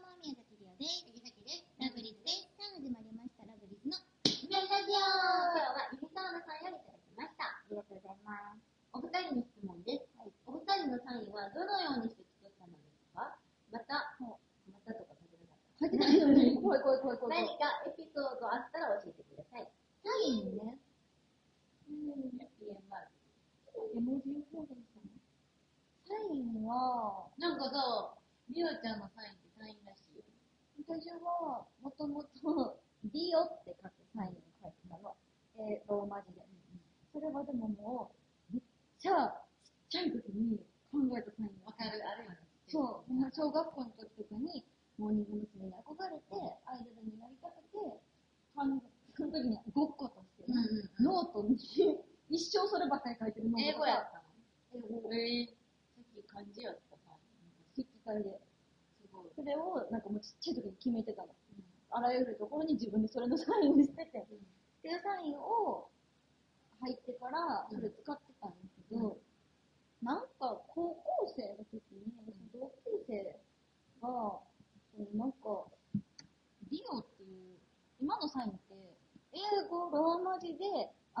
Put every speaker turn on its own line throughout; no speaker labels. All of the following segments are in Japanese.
です。藤崎です。
ラブリーズです。
さあ、始まりました。ラブリーズの
姫ラジオ今日はイルサーナさんよりいただきました。
ありがとうございます。
お二人に質問です。はい、お二人のサインはどのようにして作ったのですかまた、もう、またとか書いてなかった。書いてないのに。怖い怖い怖い怖い。何かエピソードあったら教えてくだ
サ
さい。
インね。うん、PMR。絵文字を表現したのサインは、
なんかさ、りおちゃんのサインってサインらしいよ。
私は、もともと、リオって書くサインを書いてたの。えー、ローマ字で。それはでももう、めっちゃ、ちっちゃい時に考えたサイン
わかる、あるよね。
そう、もう小学校の時とかに、モーニング娘。に憧れて、アイドルになりたくて、その時にごっことして、ノートに一生そればっかり書いてるノー
ト。英語やったの
英語。
えー、さっき漢字やったか。
筆記体で。それをなんかもうちっちゃい時に決めてたの。うん、あらゆるところに自分でそれのサインをしてて。うん、っていうサインを入ってからそれ使ってたんですけど、うん、なんか高校生の時に、同級生が、なんか、リオっていう、今のサインって、英語ローマ字で RIITAN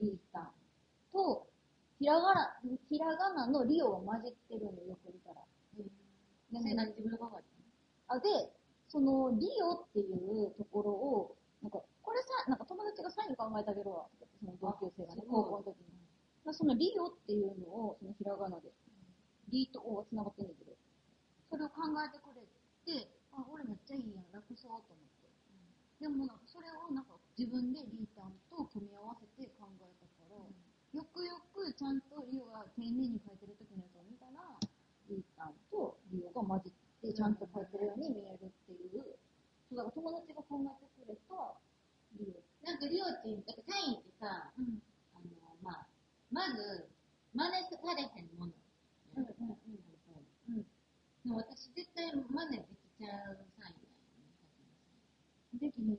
リータンと、ひらがな、ひらがなのリオが混じってるのよ、く見たら。
うん。で、何自分で考え
たのあ、で、その、リオっていうところを、なんか、これさ、なんか友達がサイン考えてあげるわ、その同級生がね、高校の時に。うん、そのリオっていうのを、そのひらがなで、うん、リと O が繋がってんだけど、それを考えてくれて、あ、俺めっちゃいいやん、楽そうと思って。うん、でもなんか、それをなんか、自分でリータンと組み合わせて考えたから、よくよくちゃんとリオが丁寧に書いてる時のやつを見たら、リータンとリオが混じってちゃんと書いてるように見えるっていう、そうだから友達が考えてくれたリオ。
なんかリオって、だからサインってさ、うん、あの、まあ、まず、真似されへんもの。うん、うん、うん。でも私絶対真似できちゃうサイン
ね。
だよ
できへんよ。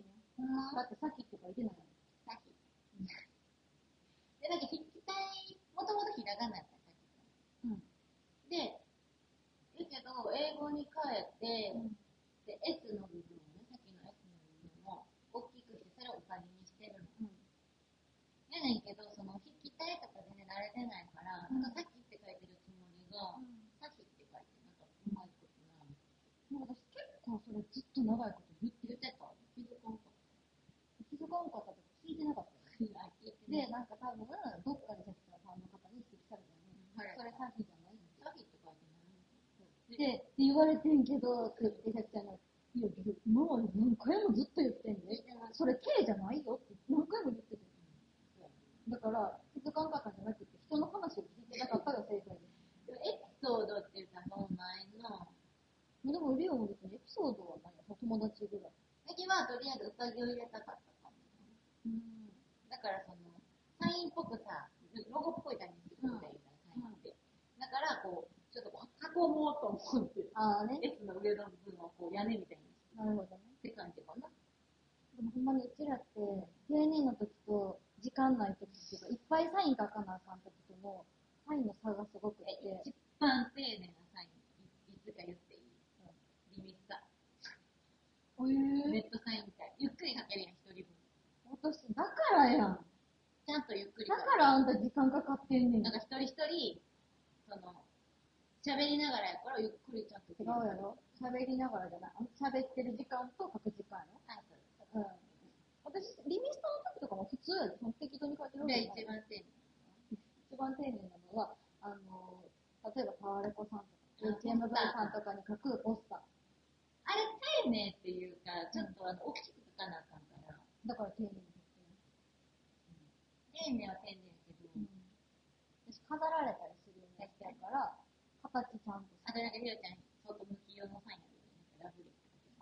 だってさっきとか言ってないの。
さっき。で、なんか筆記体、もともとひらがなやったさっきうん。で、言うけど、英語に変えて、うん、で、S の部分をね、さっきの S の部分を大きくして、それをお金にしてるの。うん。やねんけど、その筆記体とかでね、慣れてないから、うん、なんかさっきって書いてるつもりが、うん、さっきって書いて、なんかうまいことない。
もう私結構それずっと長いこと言って。
言ってた気づかんかった
気づかんかったと聞いてなかった。で、なんか多分、どっかでさっきのファンの方に指摘されたね。はい、それ詐欺じゃない
詐欺とかじ
ゃないで、って言われてんけど、って言ってさっきちゃんが、いや、もう何回もずっと言ってんね。それ K じゃないよって何回も言ってて。だから、気づかんかったんじゃなくて、人の話を聞いてなかったが正解です。
でもエピソードっていうか、もうないな。
でも、リオも別にエピソードはないよ、友達ぐらい。
最近はとりあえず宴を入れたかったかも。うんだからその、サインっぽくさ、ロゴっぽい感じするみたいなサインって。だから、こう、ちょっとこう、囲もうと思って、
あね、
S の上の部分をこう、屋根みたいにして
なるほどね。
って感じかな。
でもほんまにうちらって、芸人の時と、時間ない時っていうか、いっぱいサイン書かなあかん時とも、サインの差がすごくて。
一番丁寧なサイン、いつか言っていい。うん、リミッタ
ー。えー、
ネットサインみたい。ゆっくり書けるやん、一人分。
私、だからやん。
ちゃんとゆっくり。
だからあんた時間かかってんねん。
なんか一人一人、その、喋りながらやからゆっくりちゃんと。
違うやろ喋りながらじゃない。喋ってる時間と書く時間やろ。
あ、そ
う
う
ん。私、リミストの時とかも普通やで、その適当に書いてるわ
けじゃ一番丁寧。
一番丁寧なのは、あの、例えばパワレコさんとか、HMV さんとかに書くポスター。
あれ、丁寧っていうか、ちょっとあの、大きく書かなあかんから。
だから丁寧に、
うん、丁寧は丁寧やけど、うん、
私飾られたりするようになってるから、形ちゃんと
あとなんかひろちゃん、外向き用のサインやるよね。ラブリー。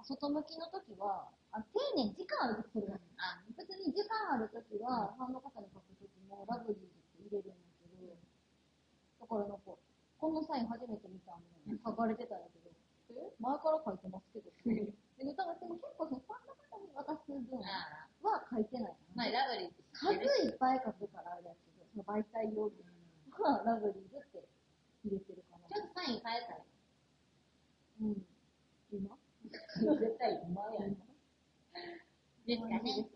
外向きの時は、あ丁寧に時間ある時するやん。
あ
別に時間ある時は、ファンの方に書く時もラブリーって入れるんだけど、だからなんか、このサイン初めて見たの、書かれてたんやけど、え前から書いてますけど。で、歌がでも結構そのファンの方に渡す分は書いてない。
まあ、ラブリーって
数いっぱい書くからあれやけど、その媒体用品はラブリーズって入れてるかな。
ちょっとサイン変えたら。
うん。今
絶対馬やん。ですかね。